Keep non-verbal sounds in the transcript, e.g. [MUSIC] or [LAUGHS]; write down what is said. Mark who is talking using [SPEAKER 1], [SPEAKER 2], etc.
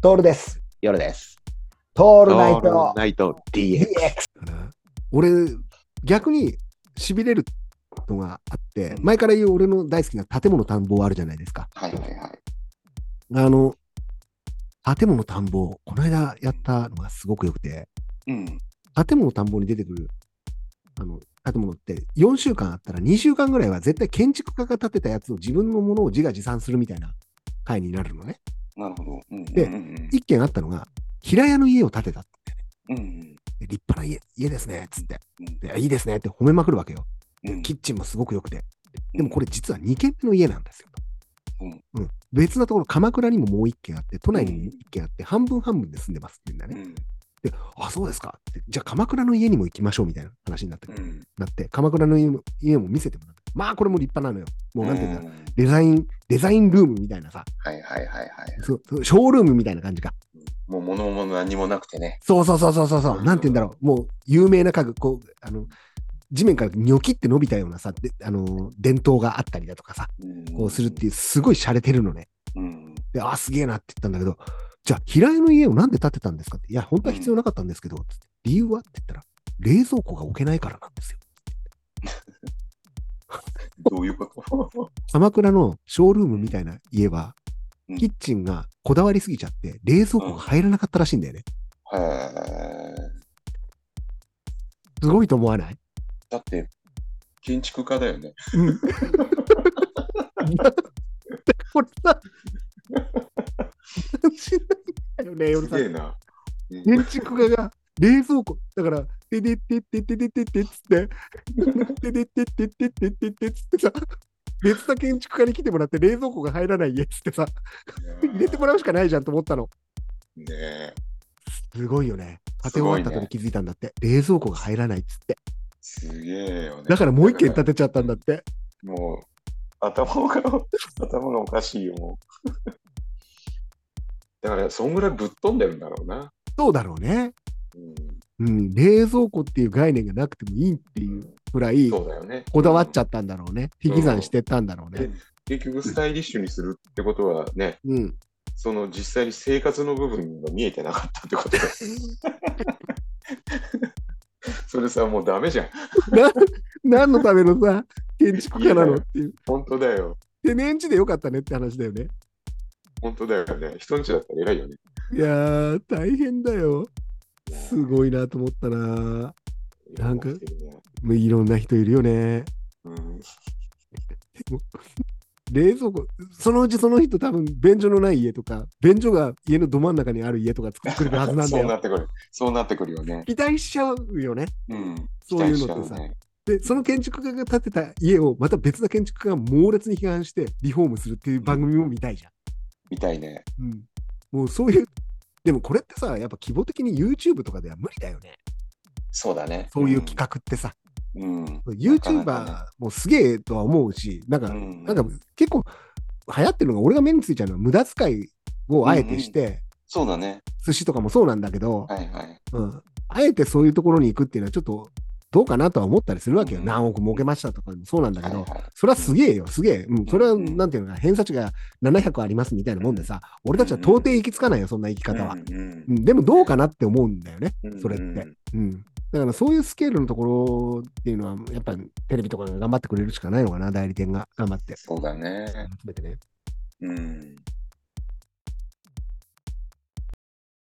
[SPEAKER 1] トールです。
[SPEAKER 2] 夜です。
[SPEAKER 1] ト
[SPEAKER 2] オ
[SPEAKER 1] ールナイト
[SPEAKER 2] ナイト DX。
[SPEAKER 1] DX。
[SPEAKER 3] だな俺、逆に痺れるのがあって、
[SPEAKER 2] うん
[SPEAKER 3] 前から言う俺の大好きな建物探訪あるじゃないですか。
[SPEAKER 2] はいはいはい。
[SPEAKER 3] あの、建物探訪、この間やったのがすごく良くて、
[SPEAKER 2] うん。
[SPEAKER 3] 建物探訪に出てくる、あの、建物って4週間あったら2週間ぐらいは絶対建築家が建てたやつを自分のものを自画自賛するみたいな回になるのね。
[SPEAKER 2] なるほど。うん、
[SPEAKER 3] で
[SPEAKER 2] うん
[SPEAKER 3] 一件あったのが、平屋の家を建てた。
[SPEAKER 2] うんうん
[SPEAKER 3] で立派な家、家ですね、つって。
[SPEAKER 2] うん
[SPEAKER 3] でいいですねって褒めまくるわけよ。
[SPEAKER 2] うん
[SPEAKER 3] キッチンもすごく良くて。でもこれ実は2軒目の家なんですよ。
[SPEAKER 2] うん
[SPEAKER 3] うん別なところ、鎌倉にももう1軒あって、都内にも1軒あって、半分半分で住んでますみんな
[SPEAKER 2] う
[SPEAKER 3] ね。
[SPEAKER 2] ん
[SPEAKER 3] あ、そうですかって。じゃあ鎌倉の家にも行きましょうみたいな話になってく
[SPEAKER 2] う
[SPEAKER 3] る、
[SPEAKER 2] ん
[SPEAKER 3] なって、鎌倉の家も家も見せてもらって。まあこれも立派なのよ。もうなんていうんだろう、
[SPEAKER 2] ん
[SPEAKER 3] デザイン、デザインルームみたいなさ、
[SPEAKER 2] はいはいはいはい。
[SPEAKER 3] そうそうショールームみたいな感じか。
[SPEAKER 2] もう物も何もなくてね。
[SPEAKER 3] そうそうそうそうそうそうう、
[SPEAKER 2] ん
[SPEAKER 3] なんて言うんだろう、もう有名な家具、こう、あの、地面からニョキって伸びたようなさ、であの、伝統があったりだとかさ、こうするっていう、すごい洒落てるのね。
[SPEAKER 2] うん。
[SPEAKER 3] で、あ、すげえなって言ったんだけど、じゃあ、平屋の家をなんで建てたんですかって、いや、本当は必要なかったんですけど、つって理由はって言ったら、冷蔵庫が置けないからなんですよ。
[SPEAKER 2] どういうこと
[SPEAKER 3] 鎌倉のショールームみたいな家は
[SPEAKER 2] うん、
[SPEAKER 3] キッチンがこだわりすぎちゃって、冷蔵庫が入らなかったらしいんだよね。
[SPEAKER 2] へえ。
[SPEAKER 3] すごいと思わない
[SPEAKER 2] だって、建築家だよね。
[SPEAKER 3] うん。これさ、しないんだよね、夜
[SPEAKER 2] す
[SPEAKER 3] さ
[SPEAKER 2] げえな。うん
[SPEAKER 3] 建築家が冷蔵庫、だから、てでてってててててっつって、てでてってててててっつってさ、別な建築家に来てもらって冷蔵庫が入らない家っつってさ、入れてもらうしかないじゃんと思ったの。
[SPEAKER 2] ねえ。
[SPEAKER 3] すごいよね。建て
[SPEAKER 2] す
[SPEAKER 3] 終
[SPEAKER 2] ご
[SPEAKER 3] わ
[SPEAKER 2] い
[SPEAKER 3] っ
[SPEAKER 2] ね
[SPEAKER 3] た後に気づいたんだって、冷蔵庫が入らないっつって。
[SPEAKER 2] すげえよね。
[SPEAKER 3] だからもう一軒建てちゃったんだって。
[SPEAKER 2] もう、頭が、 [LAUGHS] 頭がおかしいよ、もう。 [LAUGHS] だから、そんぐらいぶっ飛んでるんだろうな。
[SPEAKER 3] そうだろうね。
[SPEAKER 2] うん、
[SPEAKER 3] うん、冷蔵庫っていう概念がなくてもいいっていうくらい、
[SPEAKER 2] そうだよね。
[SPEAKER 3] こだわっちゃ
[SPEAKER 2] っ
[SPEAKER 3] ったんだろうね。引き算してったんだろうね。
[SPEAKER 2] 結局、スタイリッシュにするってことはね、
[SPEAKER 3] うん。 [LAUGHS]
[SPEAKER 2] その実際に生活の部分が見えてなかったってことだよ [LAUGHS] それさ、もうダメじゃん。
[SPEAKER 3] な何のためのさ、建築家なのっていう。
[SPEAKER 2] 本当だよ。
[SPEAKER 3] で、年次でよかったねって話だよね。
[SPEAKER 2] 本当だよね。人んちだったら偉いよね。
[SPEAKER 3] いやー、大変だよ。すごいなと思ったな。なんかもういろんな人いるよね。
[SPEAKER 2] うん、
[SPEAKER 3] 冷蔵庫、そのうちその人多分、便所のない家とか、便所が家のど真ん中にある家とか作ってくれるはずなんだ
[SPEAKER 2] [LAUGHS] そうな
[SPEAKER 3] よ。
[SPEAKER 2] ってくる。そうなってくるよね。
[SPEAKER 3] 期待しちゃうよね。
[SPEAKER 2] うん。
[SPEAKER 3] そういうのって
[SPEAKER 2] 期待しち
[SPEAKER 3] さ
[SPEAKER 2] ゃ。ね
[SPEAKER 3] で、その建築家が建てた家をまた別な建築家が猛烈に批判してリフォームするっていう番組も見たいじゃん。
[SPEAKER 2] みたいね。
[SPEAKER 3] うん、もうそういう、でもこれってさ、やっぱ規模的に YouTube とかでは無理だよね。
[SPEAKER 2] そうだね。
[SPEAKER 3] そういう企画ってさ、
[SPEAKER 2] 画。うん。なかなか
[SPEAKER 3] YouTuber
[SPEAKER 2] ね
[SPEAKER 3] もすげえとは思うし、なんか、
[SPEAKER 2] うん
[SPEAKER 3] なんか結構流行ってるのが、俺が目についちゃうのは無駄遣いをあえてして、
[SPEAKER 2] そうだね。
[SPEAKER 3] 寿司とかもそうなんだけど、
[SPEAKER 2] はいはい。
[SPEAKER 3] うん、あえてそういうところに行くっていうのはちょっとどうかなとは思ったりするわけよ。
[SPEAKER 2] うん
[SPEAKER 3] 何億儲けましたとかもそうなんだけ
[SPEAKER 2] はい
[SPEAKER 3] ど、
[SPEAKER 2] はい
[SPEAKER 3] それはすげえよ、すげえ。うん、それは、
[SPEAKER 2] うん
[SPEAKER 3] なんていうのかな、偏差値が700ありますみたいなもんでさ、俺たちは到底行き着かないよ、そんな生き方は。
[SPEAKER 2] うん
[SPEAKER 3] うんでもどうかなって思うんだよね、
[SPEAKER 2] うん
[SPEAKER 3] それっ
[SPEAKER 2] うん
[SPEAKER 3] て。うん。だからそういうスケールのところっていうのは、やっぱりテレビとかが頑張ってくれるしかないのかな、代理店が頑張って。
[SPEAKER 2] そうだね。
[SPEAKER 3] 集めてね。
[SPEAKER 2] うん。